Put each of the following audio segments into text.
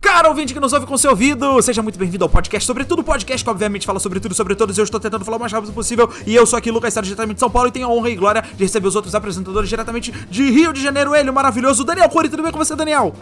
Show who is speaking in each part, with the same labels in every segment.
Speaker 1: Caro ouvinte que nos ouve com seu ouvido, seja muito bem-vindo ao podcast Sobretudo, podcast que obviamente fala sobre tudo, sobre todos. Eu estou tentando falar o mais rápido possível. E eu sou aqui, Lucas Sérgio, diretamente de São Paulo, e tenho a honra e glória de receber os outros apresentadores diretamente de Rio de Janeiro, ele, o maravilhoso Daniel Cury. Tudo bem com você, Daniel?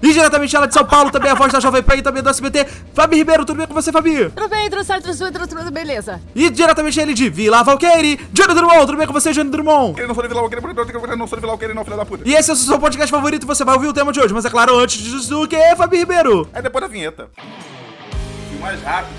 Speaker 1: E diretamente ela de São Paulo, também a voz da Jovem Pan e também do SBT, Fabi Ribeiro. Tudo bem com você, Fabi?
Speaker 2: Tudo bem, tudo certo, tudo certo, tudo certo, beleza.
Speaker 1: E diretamente ele de Vila Valqueire, Júnior Drummond. Tudo bem com você, Júnior Drummond?
Speaker 3: Ele não sou de vilão, aquele eu não sou de vilão, aquele não, filho da puta.
Speaker 1: E esse é o seu podcast favorito, você vai ouvir o tema de hoje. Mas é claro, antes disso, o que, Fabi Ribeiro?
Speaker 3: É depois da vinheta. E mais rápido.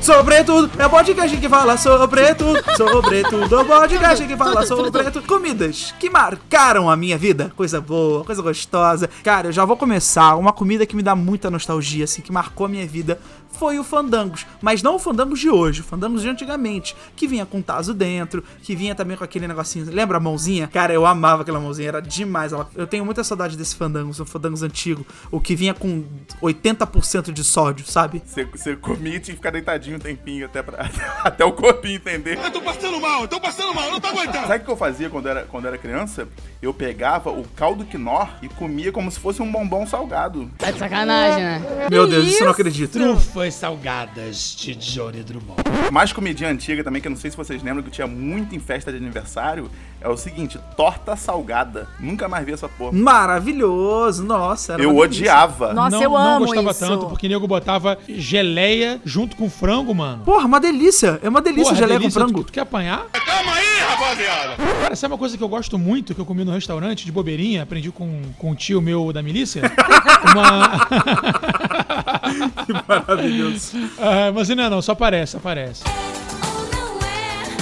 Speaker 1: Sobretudo, é o podcast que fala sobre tudo, sobre tudo, é o podcast que fala sobre tudo. Comidas que marcaram a minha vida, coisa boa, coisa gostosa. Cara, eu já vou começar, uma comida que me dá muita nostalgia, assim, que marcou a minha vida, foi o Fandangos, mas não o Fandangos de hoje, o Fandangos de antigamente, que vinha com taso dentro, que vinha também com aquele negocinho, lembra a mãozinha? Cara, eu amava aquela mãozinha, era demais, ela- eu tenho muita saudade desse Fandangos, o Fandangos antigo, o que vinha com 80% de sódio, sabe?
Speaker 3: Você, você comia e tinha que ficar deitadinho um tempinho até, pra, até o corpinho entender.
Speaker 4: Eu tô passando mal, eu tô passando mal, eu não tô aguentando.
Speaker 3: Sabe o que eu fazia quando era, quando era criança? Eu pegava o caldo quinor e comia como se fosse um bombom salgado.
Speaker 2: Tá de sacanagem, né?
Speaker 1: Meu Deus, isso eu não acredito.
Speaker 4: Trufas salgadas de Johnny Drummond.
Speaker 3: Mais comidinha antiga também, que eu não sei se vocês lembram, que tinha muito em festa de aniversário, é o seguinte, torta salgada. Nunca mais vi essa porra.
Speaker 1: Maravilhoso, nossa. era
Speaker 3: Eu
Speaker 1: uma delícia.
Speaker 3: odiava.
Speaker 2: Nossa,
Speaker 5: não,
Speaker 2: eu amo
Speaker 5: não gostava
Speaker 2: isso.
Speaker 5: tanto, porque nego botava geleia junto com frango, mano.
Speaker 1: Porra, uma delícia. É uma delícia geleia com
Speaker 5: delícia. tipo,
Speaker 1: frango.
Speaker 5: Tu, tu quer apanhar?
Speaker 4: Calma aí, rapaziada.
Speaker 5: Cara, sabe uma coisa que eu gosto muito, que eu comi no restaurante de bobeirinha, aprendi com, com um tio meu da milícia? uma...
Speaker 1: Maravilhoso.
Speaker 5: Ah, mas não é não, só parece, só parece.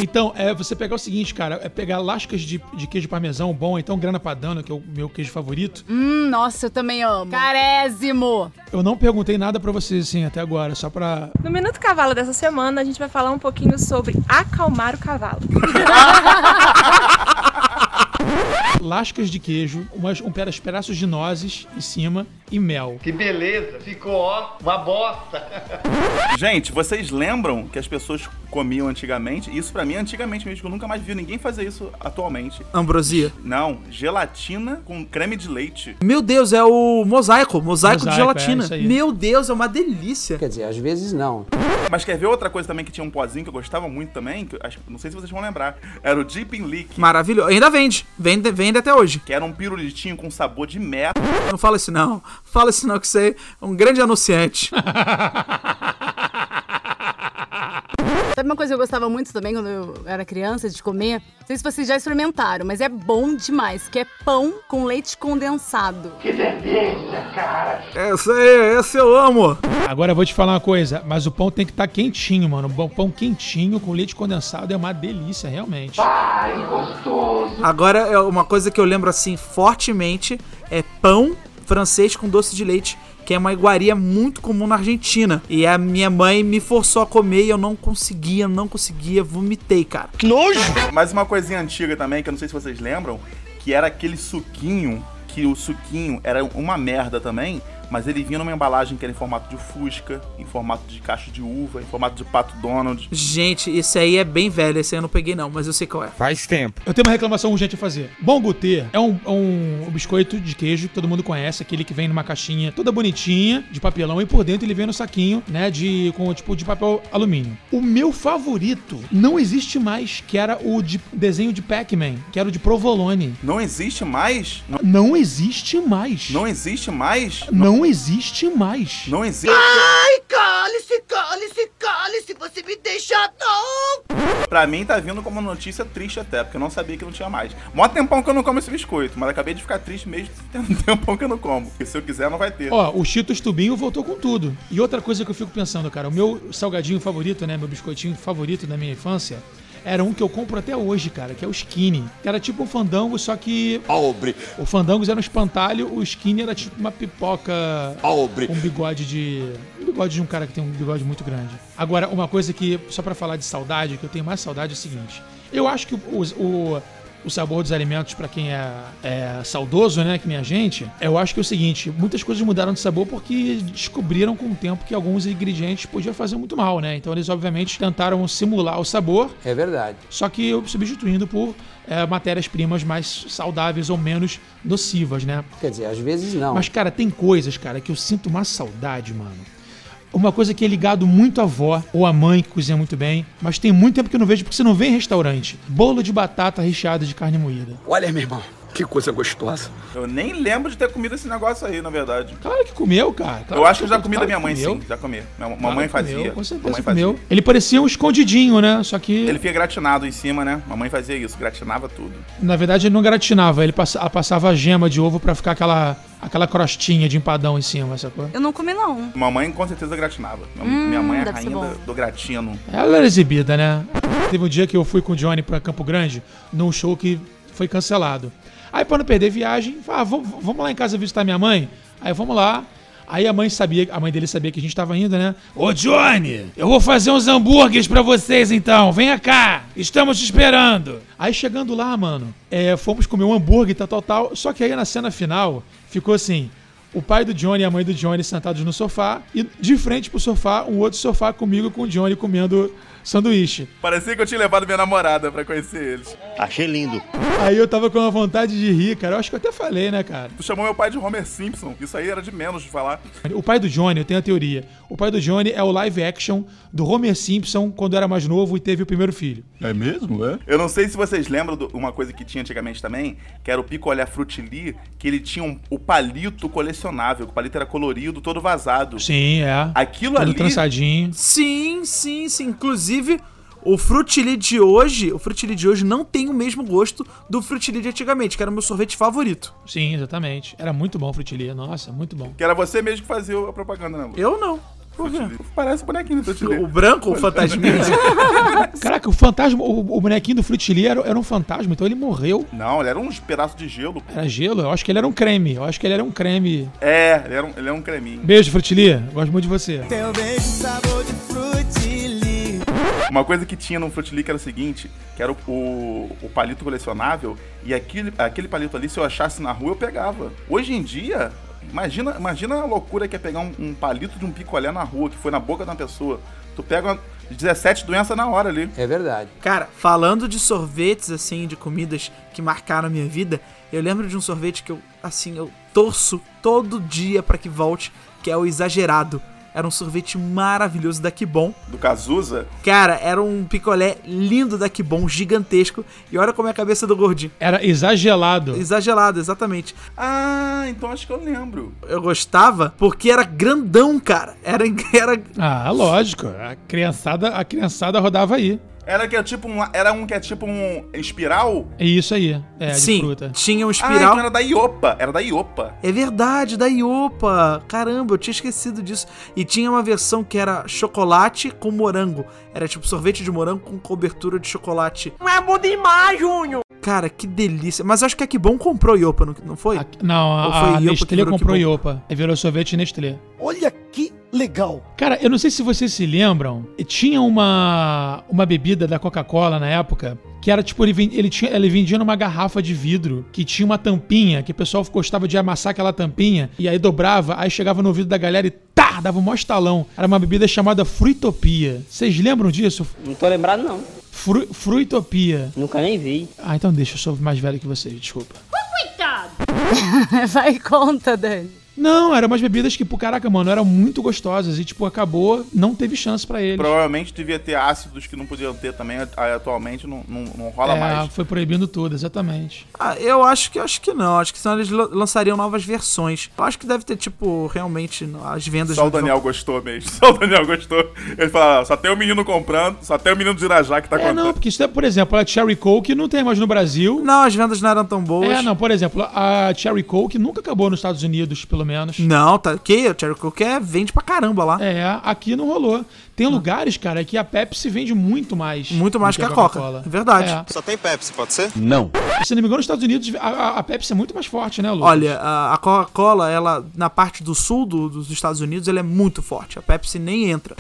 Speaker 5: Então, é você pegar o seguinte, cara, é pegar lascas de, de queijo parmesão bom, então grana padano, que é o meu queijo favorito.
Speaker 2: Hum, nossa, eu também amo. Carésimo.
Speaker 5: Eu não perguntei nada pra vocês, assim, até agora, só pra...
Speaker 6: No Minuto Cavalo dessa semana, a gente vai falar um pouquinho sobre acalmar o cavalo.
Speaker 5: Lascas de queijo, umas, um pera- pedaços de nozes em cima e mel.
Speaker 7: Que beleza, ficou ó, uma bosta.
Speaker 3: Gente, vocês lembram que as pessoas comiam antigamente? Isso pra mim é antigamente mesmo, que eu nunca mais vi ninguém fazer isso atualmente.
Speaker 1: Ambrosia.
Speaker 3: Não, gelatina com creme de leite.
Speaker 1: Meu Deus, é o mosaico, mosaico, de
Speaker 5: Mosaico, é,
Speaker 1: gelatina.
Speaker 5: isso aí.
Speaker 1: Meu Deus, é uma delícia.
Speaker 8: Quer dizer, às vezes não.
Speaker 3: Mas quer ver outra coisa também que tinha um pozinho que eu gostava muito também? Que eu acho, não sei se vocês vão lembrar. Era o Deep in Leak.
Speaker 1: Maravilhoso. Ainda vende. vende. Vende até hoje.
Speaker 3: Que era um pirulitinho com sabor de merda.
Speaker 1: Não fala isso não. Fala isso não, que você é um grande anunciante.
Speaker 2: Sabe uma coisa que eu gostava muito também quando eu era criança de comer? Não sei se vocês já experimentaram, mas é bom demais, que é pão com leite condensado.
Speaker 1: Essa aí, essa eu amo.
Speaker 5: Agora eu vou te falar uma coisa, mas o pão tem que estar quentinho, mano. O pão quentinho com leite condensado é uma delícia, realmente.
Speaker 1: Agora, é uma coisa que eu lembro assim fortemente é pão francês com doce de leite, que é uma iguaria muito comum na Argentina. E a minha mãe me forçou a comer e eu não conseguia, não conseguia, vomitei, cara.
Speaker 3: Mas uma coisinha antiga também, que eu não sei se vocês lembram, que era aquele suquinho, que o suquinho era uma merda também, mas ele vinha numa embalagem que era em formato de fusca, em formato de cacho de uva, em formato de pato Donald.
Speaker 1: Gente, esse aí é bem velho, esse aí eu não peguei não, mas eu sei qual é.
Speaker 5: Eu tenho uma reclamação urgente a fazer. Bom Gutê é um, é um biscoito de queijo que todo mundo conhece, aquele que vem numa caixinha toda bonitinha, de papelão, e por dentro ele vem no saquinho, né, de com tipo de papel alumínio. O meu favorito não existe mais, que era o de desenho de Pac-Man, que era o de provolone.
Speaker 3: Não existe mais? Não,
Speaker 5: Não existe mais.
Speaker 3: não existe mais?
Speaker 5: Não existe mais.
Speaker 3: Não existe.
Speaker 7: Cálice, cálice, cálice, você me deixa não.
Speaker 3: Pra mim tá vindo como uma notícia triste até, porque eu não sabia que não tinha mais. Mó tempão que eu não como esse biscoito, mas acabei de ficar triste mesmo tendo um tempão que eu não como. E se eu quiser, não vai ter.
Speaker 5: Ó, o Cheetos Tubinho voltou com tudo. E outra coisa que eu fico pensando, cara, o meu salgadinho favorito, né, meu biscoitinho favorito da minha infância, era um que eu compro até hoje, cara, que é o Skinny. Que era tipo um fandango, só que...
Speaker 9: Albre,
Speaker 5: O fandango era um espantalho, o Skinny era tipo uma pipoca
Speaker 9: albre,
Speaker 5: com um bigode de... Um bigode de um cara que tem um bigode muito grande. Agora, uma coisa que, só pra falar de saudade, que eu tenho mais saudade é o seguinte. Eu acho que o... o o sabor dos alimentos pra quem é, é saudoso, né, que nem a gente, eu acho que é o seguinte, muitas coisas mudaram de sabor porque descobriram com o tempo que alguns ingredientes podiam fazer muito mal, né? Então eles obviamente tentaram simular o sabor,
Speaker 8: É verdade.
Speaker 5: só que substituindo por é, matérias-primas mais saudáveis ou menos nocivas, né?
Speaker 8: Quer dizer, às vezes não.
Speaker 5: Mas, cara, tem coisas, cara, que eu sinto uma saudade, mano. Uma coisa que é ligado muito à avó ou à mãe que cozinha muito bem, mas tem muito tempo que eu não vejo porque você não vê em restaurante. Bolo de batata recheado de carne moída.
Speaker 9: Olha, meu irmão, que coisa gostosa.
Speaker 3: Eu nem lembro de ter comido esse negócio aí, na verdade.
Speaker 5: Claro que comeu, cara. Claro
Speaker 3: eu acho que eu já
Speaker 5: comeu,
Speaker 3: comi da
Speaker 5: claro
Speaker 3: minha
Speaker 5: que
Speaker 3: mãe,
Speaker 5: Tá, comeu.
Speaker 3: sim. Já comi. Minha
Speaker 5: Claro
Speaker 3: mamãe
Speaker 5: que
Speaker 3: fazia.
Speaker 5: Comeu, com certeza
Speaker 3: mamãe
Speaker 5: comeu.
Speaker 3: fazia.
Speaker 5: Ele parecia um escondidinho, né? Só que,
Speaker 3: Ele fica gratinado em cima, né? Mamãe fazia isso, gratinava tudo.
Speaker 5: na verdade, ele não gratinava. Ele passa- ela passava a gema de ovo pra ficar aquela, aquela crostinha de empadão em cima, sacou?
Speaker 2: Eu não comi, não.
Speaker 3: Mamãe com certeza gratinava. Minha- minha mãe é a
Speaker 2: Hum, deve ser
Speaker 3: rainha
Speaker 2: bom.
Speaker 3: da- do gratino.
Speaker 5: Ela era exibida, né? Teve um dia que eu fui com o Johnny pra Campo Grande num show que foi cancelado. Aí, pra não perder viagem, falei, ah, vamos, vamos lá em casa visitar minha mãe? Aí vamos lá. Aí a mãe sabia, a mãe dele sabia que a gente tava indo, né? Ô Johnny, eu vou fazer uns hambúrgueres pra vocês então, venha cá, estamos te esperando. Aí chegando lá, mano, é, fomos comer um hambúrguer, tal, tal, tal. Só que aí na cena final, ficou assim, o pai do Johnny e a mãe do Johnny sentados no sofá e de frente pro sofá, um outro sofá comigo e com o Johnny comendo sanduíche.
Speaker 3: Parecia que eu tinha levado minha namorada pra conhecer eles.
Speaker 10: Achei lindo.
Speaker 5: Aí eu tava com uma vontade de rir, cara. Eu acho que eu até falei, né, cara?
Speaker 3: Tu chamou meu pai de Homer Simpson. Isso aí era de menos de falar.
Speaker 5: O pai do Johnny, eu tenho a teoria. O pai do Johnny é o live action do Homer Simpson quando era mais novo e teve o primeiro filho.
Speaker 9: É mesmo, é?
Speaker 3: Eu não sei se vocês lembram de uma coisa que tinha antigamente também, que era o picolé frutili, que ele tinha um- o palito colecionável, que o palito era colorido, todo vazado.
Speaker 5: Sim, é.
Speaker 3: Aquilo
Speaker 5: Tudo
Speaker 3: ali
Speaker 5: trançadinho.
Speaker 1: Sim, sim, sim. Inclusive, o Frutili de hoje, o Frutili de hoje não tem o mesmo gosto do Frutili de antigamente, que era o meu sorvete favorito.
Speaker 5: Sim, exatamente. Era muito bom o frutilia. Nossa, muito bom.
Speaker 3: que era você mesmo que fazia a propaganda, né? Lu?
Speaker 1: Eu não. Por quê?
Speaker 3: Frutili. Parece um bonequinho do Frutili.
Speaker 1: O branco, o fantasminha?
Speaker 5: Caraca, o fantasma, o, o bonequinho do frutilia era, era um fantasma, então ele morreu.
Speaker 3: Não, ele era uns pedaços de gelo.
Speaker 5: Era gelo? Eu acho que ele era um creme. Eu acho que ele era um creme.
Speaker 3: É, ele era um, ele era um creminho.
Speaker 5: Beijo, frutilia. Gosto muito de você.
Speaker 3: Uma coisa que tinha no Frutili que era o seguinte, que era o, o- o palito colecionável, e aquele, aquele palito ali, se eu achasse na rua, eu pegava. Hoje em dia, imagina, imagina a loucura que é pegar um, um palito de um picolé na rua, que foi na boca de uma pessoa. Tu pega uma- 17 doenças na hora ali.
Speaker 8: É verdade.
Speaker 1: Cara, falando de sorvetes, assim, de comidas que marcaram a minha vida, eu lembro de um sorvete que eu, assim, eu torço todo dia pra que volte, que é o exagerado. Era um sorvete maravilhoso da Kibon.
Speaker 3: Do Cazuza,
Speaker 1: Cara, era um picolé lindo da Kibon, gigantesco. E olha como é a cabeça do gordinho.
Speaker 5: Era exagerado.
Speaker 1: Exagerado, exatamente.
Speaker 3: Ah, então acho que eu lembro.
Speaker 1: Eu gostava porque era grandão, cara. Era, era
Speaker 5: Ah, lógico. A criançada, a criançada rodava aí.
Speaker 3: Era que é tipo um. Era um que é tipo um espiral?
Speaker 5: É isso aí. É, de
Speaker 1: Sim,
Speaker 5: fruta.
Speaker 1: tinha um
Speaker 3: Ah,
Speaker 1: espiral.
Speaker 3: então era da Iopa. Era da Iopa.
Speaker 1: É verdade, da Iopa. Caramba, eu tinha esquecido disso. E tinha uma versão que era chocolate com morango. Era tipo sorvete de morango com cobertura de chocolate.
Speaker 7: Mas é bom demais, Júnior.
Speaker 1: Cara, que delícia. Mas eu acho que a Kibon comprou Iopa, não, não foi?
Speaker 5: A- não,
Speaker 1: Ou foi
Speaker 5: a, a
Speaker 1: Iopa que
Speaker 5: Nestlé
Speaker 1: virou
Speaker 5: comprou
Speaker 1: que bom?
Speaker 5: Iopa. Aí virou sorvete Nestlé.
Speaker 10: Olha que legal.
Speaker 5: Cara, eu não sei se vocês se lembram, tinha uma, uma bebida da Coca-Cola na época que era tipo, ele, ven- ele tinha, ele vendia numa garrafa de vidro que tinha uma tampinha, que o pessoal gostava de amassar aquela tampinha, e aí dobrava, aí chegava no ouvido da galera e tá, dava um maior estalão. Era uma bebida chamada Fruitopia. Vocês lembram disso?
Speaker 7: Não tô lembrado, não.
Speaker 5: Fru, Fruitopia.
Speaker 7: Nunca nem vi.
Speaker 5: Ah, então deixa, eu sou mais velho que vocês, desculpa.
Speaker 2: Vai e conta, Dani.
Speaker 5: Não, eram umas bebidas que, pô, caraca, mano, eram muito gostosas e, tipo, acabou, não teve chance pra eles.
Speaker 3: Provavelmente devia ter ácidos que não podiam ter também. a- Atualmente não, não, não rola
Speaker 5: É,
Speaker 3: mais.
Speaker 5: foi proibindo tudo, exatamente.
Speaker 1: Ah, eu acho que acho que não. Acho que senão eles lan- lançariam novas versões. Eu acho que deve ter, tipo, realmente as vendas.
Speaker 3: Só o
Speaker 1: não-
Speaker 3: Daniel gostou mesmo. Só o Daniel gostou. Ele fala, "Ah, só tem o menino comprando, só tem o menino de Irajá que tá
Speaker 5: É, não,
Speaker 3: comprando.
Speaker 5: porque isso é, por exemplo, a Cherry Coke não tem mais no Brasil.
Speaker 1: Não, as vendas não eram tão boas.
Speaker 5: É, não, por exemplo, a Cherry Coke nunca acabou nos Estados Unidos, pelo menos.
Speaker 1: Não, tá. Que? O Cherry Coke é- vende pra caramba lá.
Speaker 5: É, aqui não rolou. Tem lugares, cara, que a Pepsi vende muito mais.
Speaker 1: Muito mais
Speaker 5: do
Speaker 1: que a Coca. É verdade.
Speaker 5: É.
Speaker 10: Só tem Pepsi, pode ser?
Speaker 5: Se não me engano, nos Estados Unidos a, a- a Pepsi é muito mais forte, né, Lucas?
Speaker 1: Olha, a a Coca-Cola, ela, na parte do sul do- dos Estados Unidos, ela é muito forte. A Pepsi nem entra.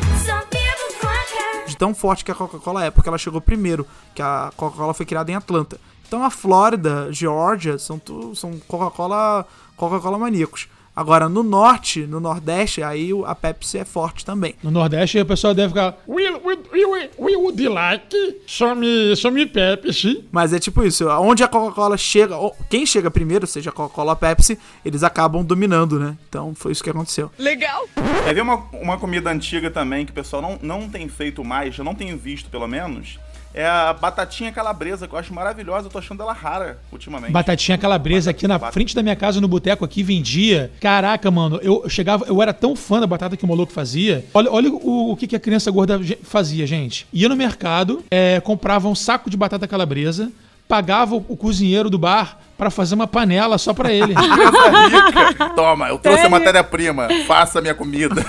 Speaker 1: De tão forte que a Coca-Cola é, porque ela chegou primeiro, que a Coca-Cola foi criada em Atlanta. Então a Flórida, Geórgia, são, tu- são Coca-Cola Coca-Cola maníacos. Agora, no norte, no nordeste, aí o- a Pepsi é forte também.
Speaker 5: No Nordeste, o pessoal deve ficar. We, we, we, we would like some, some Pepsi.
Speaker 1: Mas é tipo isso, onde a Coca-Cola chega, ou quem chega primeiro, seja a Coca-Cola ou a Pepsi, eles acabam dominando, né? Então foi isso que aconteceu.
Speaker 6: Legal.
Speaker 3: Quer ver uma, uma comida antiga também que o pessoal não, não tem feito mais, eu não tenho visto pelo menos? É a batatinha calabresa, que eu acho maravilhosa, eu tô achando ela rara ultimamente.
Speaker 5: Batatinha calabresa aqui na
Speaker 3: Batata-
Speaker 5: frente da minha casa, no boteco aqui, vendia. Caraca, mano, eu chegava, eu era tão fã da batata que o maluco fazia. Olha, olha o, o que, que a criança gorda ge- fazia, gente. Ia no mercado, é, comprava um saco de batata calabresa, pagava o, o cozinheiro do bar pra fazer uma panela só pra ele.
Speaker 3: Toma, eu trouxe a matéria-prima, faça a minha comida.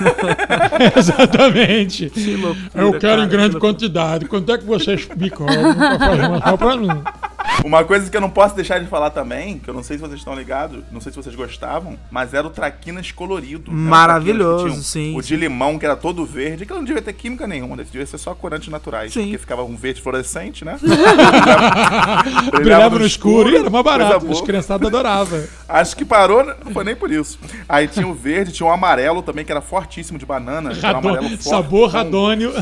Speaker 5: Exatamente. eu quero
Speaker 1: cara,
Speaker 5: em grande
Speaker 1: que loucura.
Speaker 5: quantidade. Quanto é que vocês me cobram pra fazer uma só pra mim?
Speaker 3: Uma coisa que eu não posso deixar de falar também, que eu não sei se vocês estão ligados, não sei se vocês gostavam, mas era o traquinas colorido. Era o
Speaker 1: Maravilhoso,
Speaker 3: Traquinas que tinha um
Speaker 1: sim,
Speaker 3: O de limão, que era todo verde, que não devia ter química nenhuma, devia ser só corantes naturais.
Speaker 1: Sim.
Speaker 3: Porque ficava um verde fluorescente, né?
Speaker 5: Brilhava no escuro e era mais
Speaker 3: coisa
Speaker 5: barato.
Speaker 3: boa.
Speaker 5: As criançadas adoravam.
Speaker 3: Acho que parou, né? não foi nem por isso. Aí tinha o verde, tinha o amarelo também, que era fortíssimo de banana. que era um amarelo
Speaker 5: Radon,
Speaker 3: forte.
Speaker 5: sabor radônio.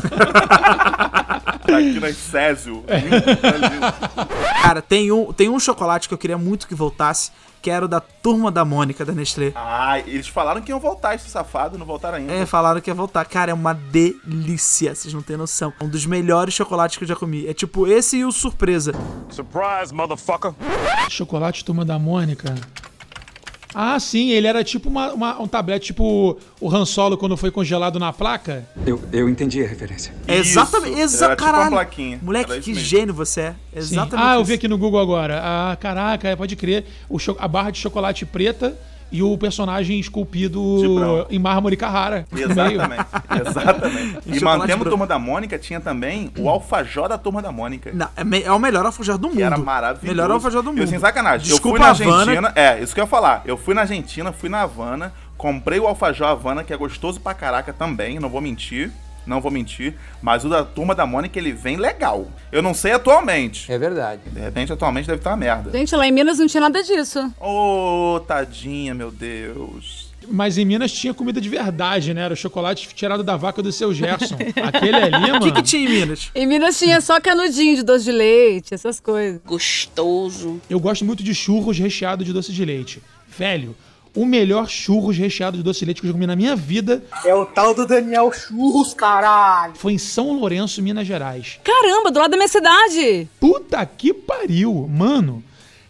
Speaker 3: Traquinas Césio.
Speaker 5: É.
Speaker 3: Muito
Speaker 1: Cara, tem um, tem um chocolate que eu queria muito que voltasse, que era o da Turma da Mônica, da Nestlé.
Speaker 3: ah, eles falaram que iam voltar esse safado, não voltaram ainda.
Speaker 1: É, falaram que ia voltar. Cara, é uma delícia, vocês não têm noção. Um dos melhores chocolates que eu já comi. É tipo esse e o Surpresa.
Speaker 5: Chocolate Turma da Mônica. Ah, sim, ele era tipo uma- uma- um tablete, tipo o Han Solo quando foi congelado na placa.
Speaker 9: Eu, eu entendi a referência.
Speaker 1: É
Speaker 3: Isso,
Speaker 1: exatamente,
Speaker 3: era
Speaker 1: exa
Speaker 3: tipo uma
Speaker 1: caralho.
Speaker 3: plaquinha,
Speaker 1: Moleque,
Speaker 3: era isso
Speaker 1: que
Speaker 3: mesmo.
Speaker 1: gênio você é.
Speaker 5: Sim.
Speaker 1: Exatamente.
Speaker 5: Ah, eu vi
Speaker 1: isso.
Speaker 5: aqui no Google agora. Ah, caraca, é, pode crer. O cho- a barra de chocolate preta e o personagem
Speaker 3: De
Speaker 5: esculpido
Speaker 3: branco.
Speaker 5: em mármore Carrara. no meio.
Speaker 3: Exatamente, exatamente.
Speaker 1: E
Speaker 3: E
Speaker 1: chocolate
Speaker 3: mantendo
Speaker 1: branco. Hum.
Speaker 3: a Turma da Mônica, tinha também o alfajor da Turma da Mônica.
Speaker 1: Não, é, me- é o melhor alfajor do mundo.
Speaker 3: Que era maravilhoso.
Speaker 1: Melhor alfajor do mundo.
Speaker 3: Eu, sem sacanagem.
Speaker 1: Desculpa
Speaker 3: eu
Speaker 1: a
Speaker 3: fui na
Speaker 1: Havana.
Speaker 3: Argentina. É, isso que eu ia falar. Eu fui na Argentina, fui na Havana, comprei o alfajor Havana, que é gostoso pra caraca também, não vou mentir. Não vou mentir, mas o da turma da Mônica ele vem legal. Eu não sei atualmente.
Speaker 9: É verdade.
Speaker 3: De repente, atualmente deve estar uma merda.
Speaker 2: Gente, lá em Minas não tinha nada disso.
Speaker 3: Ô, tadinha, meu Deus.
Speaker 5: Mas em Minas tinha comida de verdade, né? Era o chocolate tirado da vaca do seu Gerson. Aquele ali, mano.
Speaker 1: O que, que tinha em Minas?
Speaker 2: Em Minas tinha só canudinho de doce de leite, essas coisas.
Speaker 7: Gostoso.
Speaker 5: Eu gosto muito de churros recheado de doce de leite. Velho, o melhor churros recheado de doce de leite que eu já comi na minha vida
Speaker 10: É o tal do Daniel Churros, caralho.
Speaker 5: foi em São Lourenço, Minas Gerais.
Speaker 2: Caramba, do lado da minha cidade!
Speaker 5: Puta que pariu, mano.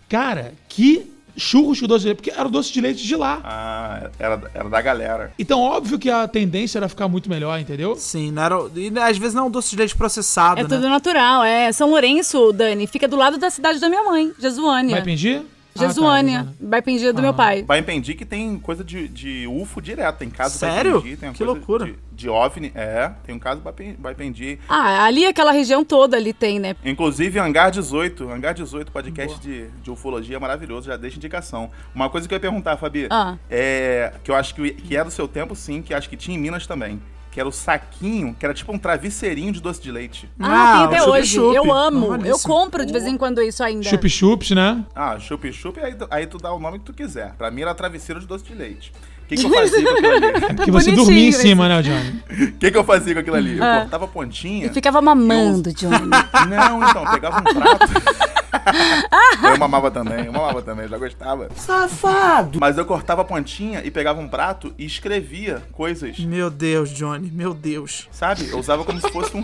Speaker 5: Cara, que churros de doce de leite, porque era o doce de leite de lá.
Speaker 3: Ah, era, era da galera.
Speaker 5: Então, óbvio que a tendência era ficar muito melhor, entendeu?
Speaker 1: Sim, não era. E né, às vezes não é um doce de leite processado,
Speaker 2: É
Speaker 1: né?
Speaker 2: tudo natural, é. São Lourenço, Dani, fica do lado da cidade da minha mãe, Jesuânia.
Speaker 5: Vai pedir?
Speaker 2: é.
Speaker 5: Ah, tá,
Speaker 2: Jesuânia, Baipendia do meu pai.
Speaker 3: Vai impedir que tem coisa de, de UFO direto. Tem caso pra
Speaker 1: Sério?
Speaker 3: impedir, tem uma
Speaker 1: Que
Speaker 3: coisa
Speaker 1: loucura.
Speaker 3: De, de OVNI. É, tem um caso vai impedir.
Speaker 2: Ah, ali aquela região toda ali tem, né?
Speaker 3: Inclusive, Hangar 18. Hangar 18, podcast de, de ufologia é maravilhoso, já deixa indicação. Uma coisa que eu ia perguntar, Fabi,
Speaker 2: Ah.
Speaker 3: é, que eu acho que, que é do seu tempo, sim, que acho que tinha em Minas também. Que era o saquinho, que era tipo um travesseirinho de doce de leite.
Speaker 2: Ah,
Speaker 1: Ah,
Speaker 2: tem até
Speaker 1: o
Speaker 2: hoje.
Speaker 1: chup-chup.
Speaker 2: Eu amo. Eu
Speaker 1: Normalíssimo.
Speaker 2: compro de vez em quando isso ainda.
Speaker 5: Chup-chups, né?
Speaker 3: Ah, chup-chup, aí, tu- aí tu dá o nome que tu quiser. Pra mim era travesseiro de doce de leite. O que, que eu fazia com aquilo ali?
Speaker 5: Que você
Speaker 2: É Bonitinho
Speaker 5: dormia em
Speaker 2: esse.
Speaker 5: cima, né, Johnny?
Speaker 3: O que, que eu fazia com aquilo ali? Eu cortava a pontinha.
Speaker 2: E ficava mamando, Johnny.
Speaker 3: Não, então, pegava um prato. eu mamava também, eu mamava também, já gostava. Safado! Mas eu cortava a pontinha e pegava um prato e escrevia coisas.
Speaker 1: Meu Deus, Johnny, meu Deus.
Speaker 3: Sabe? Eu usava como se fosse um.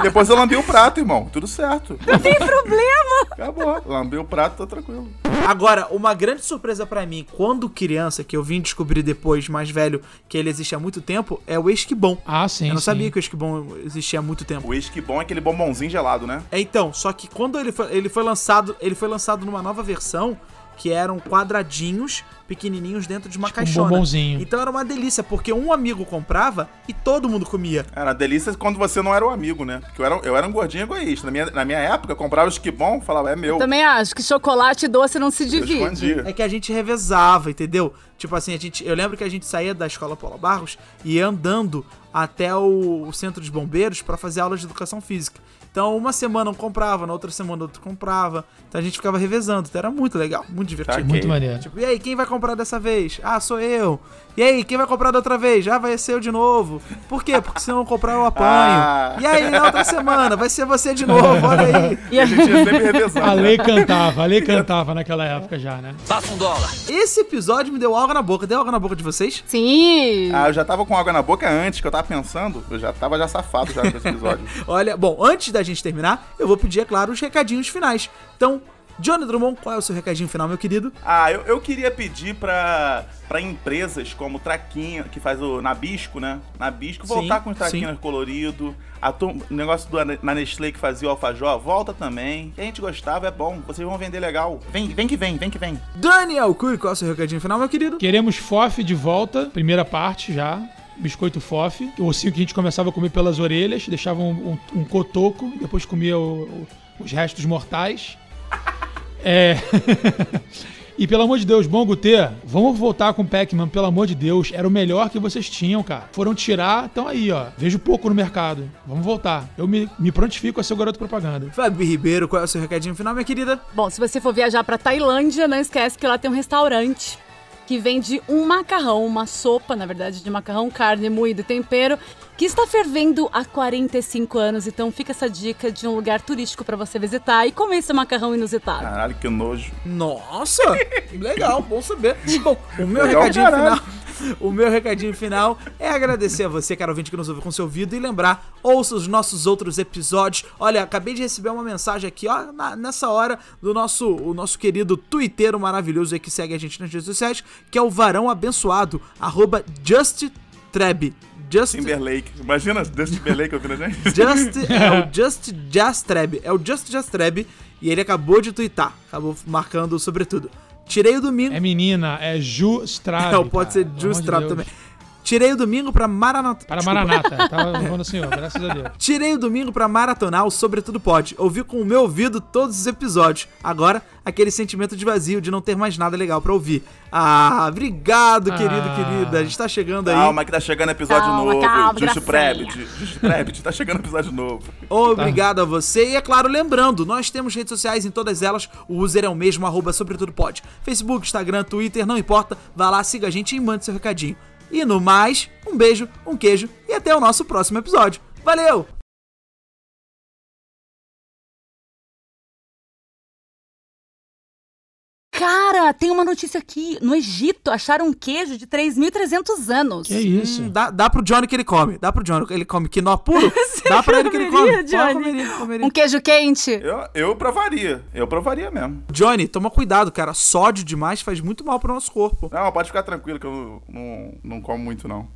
Speaker 3: Depois eu lambi o prato, irmão. Tudo certo. Não tem problema. Acabou. Lambi o prato, tô tranquilo.
Speaker 1: Agora, uma grande surpresa pra mim, quando criança, que eu vim descobrir depois, mais velho, que ele existe há muito tempo, é o Esquibom.
Speaker 5: Ah, sim.
Speaker 1: eu não
Speaker 5: sim.
Speaker 1: sabia que o Esquibom existia há muito tempo.
Speaker 3: O uísque bom é aquele bombonzinho gelado, né?
Speaker 1: É, então, só que quando ele foi, ele foi lançado, ele foi lançado numa nova versão que eram quadradinhos pequenininhos dentro de uma
Speaker 5: um
Speaker 1: caixona.
Speaker 5: bombonzinho.
Speaker 1: Então era uma delícia, porque um amigo comprava e todo mundo comia.
Speaker 3: Era delícia quando você não era o amigo, né? Porque eu era, eu era um gordinho egoísta. Na minha, na minha época, eu comprava o uísque bom falava, é meu.
Speaker 2: Também acho que chocolate doce não se
Speaker 3: Eu
Speaker 2: divide.
Speaker 3: escondia.
Speaker 1: É que a gente revezava, entendeu? Tipo assim, a gente, eu lembro que a gente saía da escola Paula Barros e ia andando até o, o centro de bombeiros pra fazer aula de educação física. Então, uma semana um comprava, na outra semana outro comprava. Então a gente ficava revezando. Então, era muito legal, muito divertido.
Speaker 5: Muito maneiro.
Speaker 1: Tipo, e aí, quem vai comprar dessa vez? Ah, sou eu. E aí, quem vai comprar da outra vez? Ah, vai ser eu de novo. Por quê? Porque se eu não comprar, eu apanho.
Speaker 3: Ah.
Speaker 1: E aí, na outra semana, vai ser você de novo, olha aí.
Speaker 2: E
Speaker 3: A gente ia sempre revezando.
Speaker 5: A lei cantava, a lei cantava naquela época já, né?
Speaker 1: Esse episódio me deu água na boca. Deu água na boca de vocês?
Speaker 2: Sim!
Speaker 3: Ah, eu já tava com água na boca antes, que eu tava pensando. Eu já tava já safado já com esse episódio.
Speaker 1: Olha, bom, antes da gente terminar, eu vou pedir, é claro, os recadinhos finais. Então, Johnny Drummond, qual é o seu recadinho final, meu querido?
Speaker 3: Ah, eu, eu queria pedir pra, pra empresas como Traquinha, que faz o Nabisco, né? Nabisco, voltar
Speaker 1: Sim,
Speaker 3: com os traquinhos colorido. A turma- o negócio do, na Nestlé que fazia o alfajor, volta também. Que a gente gostava, é bom. Vocês vão vender legal. Vem, vem que vem, vem que vem.
Speaker 1: Daniel Cury, qual é o seu recadinho final, meu querido?
Speaker 5: Queremos FOF de volta, primeira parte já. Biscoito FOF. O ossinho que a gente começava a comer pelas orelhas, deixava um, um- um cotoco e depois comia o- o- os restos mortais. É. E pelo amor de Deus, bom Gutê, vamos voltar com o Pac-Man, pelo amor de Deus. Era o melhor que vocês tinham, cara. Foram tirar, então aí, ó. Vejo pouco no mercado. Vamos voltar. Eu me, me prontifico a ser o garoto propaganda.
Speaker 1: Fabi Ribeiro, qual é o seu recadinho final, minha querida?
Speaker 2: Bom, se você for viajar pra Tailândia, não esquece que lá tem um restaurante que vende um macarrão, uma sopa, na verdade, de macarrão, carne moída e tempero, que está fervendo há 45 anos. Então fica essa dica de um lugar turístico pra você visitar e comer esse macarrão inusitado.
Speaker 3: Caralho, que nojo.
Speaker 1: Nossa! Legal, bom saber. Bom, o meu
Speaker 3: Legal,
Speaker 1: recadinho
Speaker 3: caralho.
Speaker 1: final. O meu recadinho final é agradecer a você, cara ouvinte, que nos ouve com seu ouvido e lembrar, ouça os nossos outros episódios. Olha, acabei de receber uma mensagem aqui, ó, na- nessa hora, do nosso, o nosso querido twitteiro maravilhoso aí que segue a gente nas redes sociais, que é o Varão Abençoado, arroba JustTreb. Just
Speaker 3: Timberlake. Imagina Dustin Timberlake ouvindo a gente.
Speaker 1: Just é o Just Jastreb. É o Just Jastreb. E ele acabou de twittar. Acabou marcando sobretudo. Tirei o domingo.
Speaker 5: É menina, é Ju Strab.
Speaker 1: Não, Então, pode ser Just Trap também. Tirei o domingo pra Maranata.
Speaker 5: Para
Speaker 1: desculpa.
Speaker 5: Maranata, tava louvando o senhor, graças a Deus.
Speaker 1: Tirei o domingo pra maratonar o Sobretudo Pode. Ouvi com o meu ouvido todos os episódios. Agora, aquele sentimento de vazio, de não ter mais nada legal pra ouvir. Ah, obrigado,
Speaker 5: Ah.
Speaker 1: querido, querida. A gente tá chegando aí.
Speaker 3: Calma que tá chegando episódio
Speaker 2: Calma,
Speaker 3: novo. Justo
Speaker 2: calma, gracinha.
Speaker 3: Prebit. Justo Prebit. Tá chegando episódio novo.
Speaker 1: Obrigado a você. E é claro, lembrando, nós temos redes sociais em todas elas. O user é o mesmo, arroba sobretudo pode. Facebook, Instagram, Twitter, não importa. Vá lá, siga a gente e mande seu recadinho. E no mais, um beijo, um queijo e até o nosso próximo episódio. Valeu!
Speaker 2: Cara, tem uma notícia aqui. No Egito acharam um queijo de 3.300 anos.
Speaker 5: Que isso?
Speaker 1: Hum, dá, dá pro Johnny que ele come. Dá pro Johnny que ele come quinó puro. dá pra ele que ele
Speaker 2: comeria,
Speaker 1: come. Pode,
Speaker 2: Johnny?
Speaker 1: comeria, comeria.
Speaker 2: Um queijo quente?
Speaker 3: Eu, eu provaria. Eu provaria mesmo.
Speaker 1: Johnny, toma cuidado, cara. Sódio demais faz muito mal pro nosso corpo.
Speaker 3: Não, pode ficar tranquilo que eu não, não como muito, não.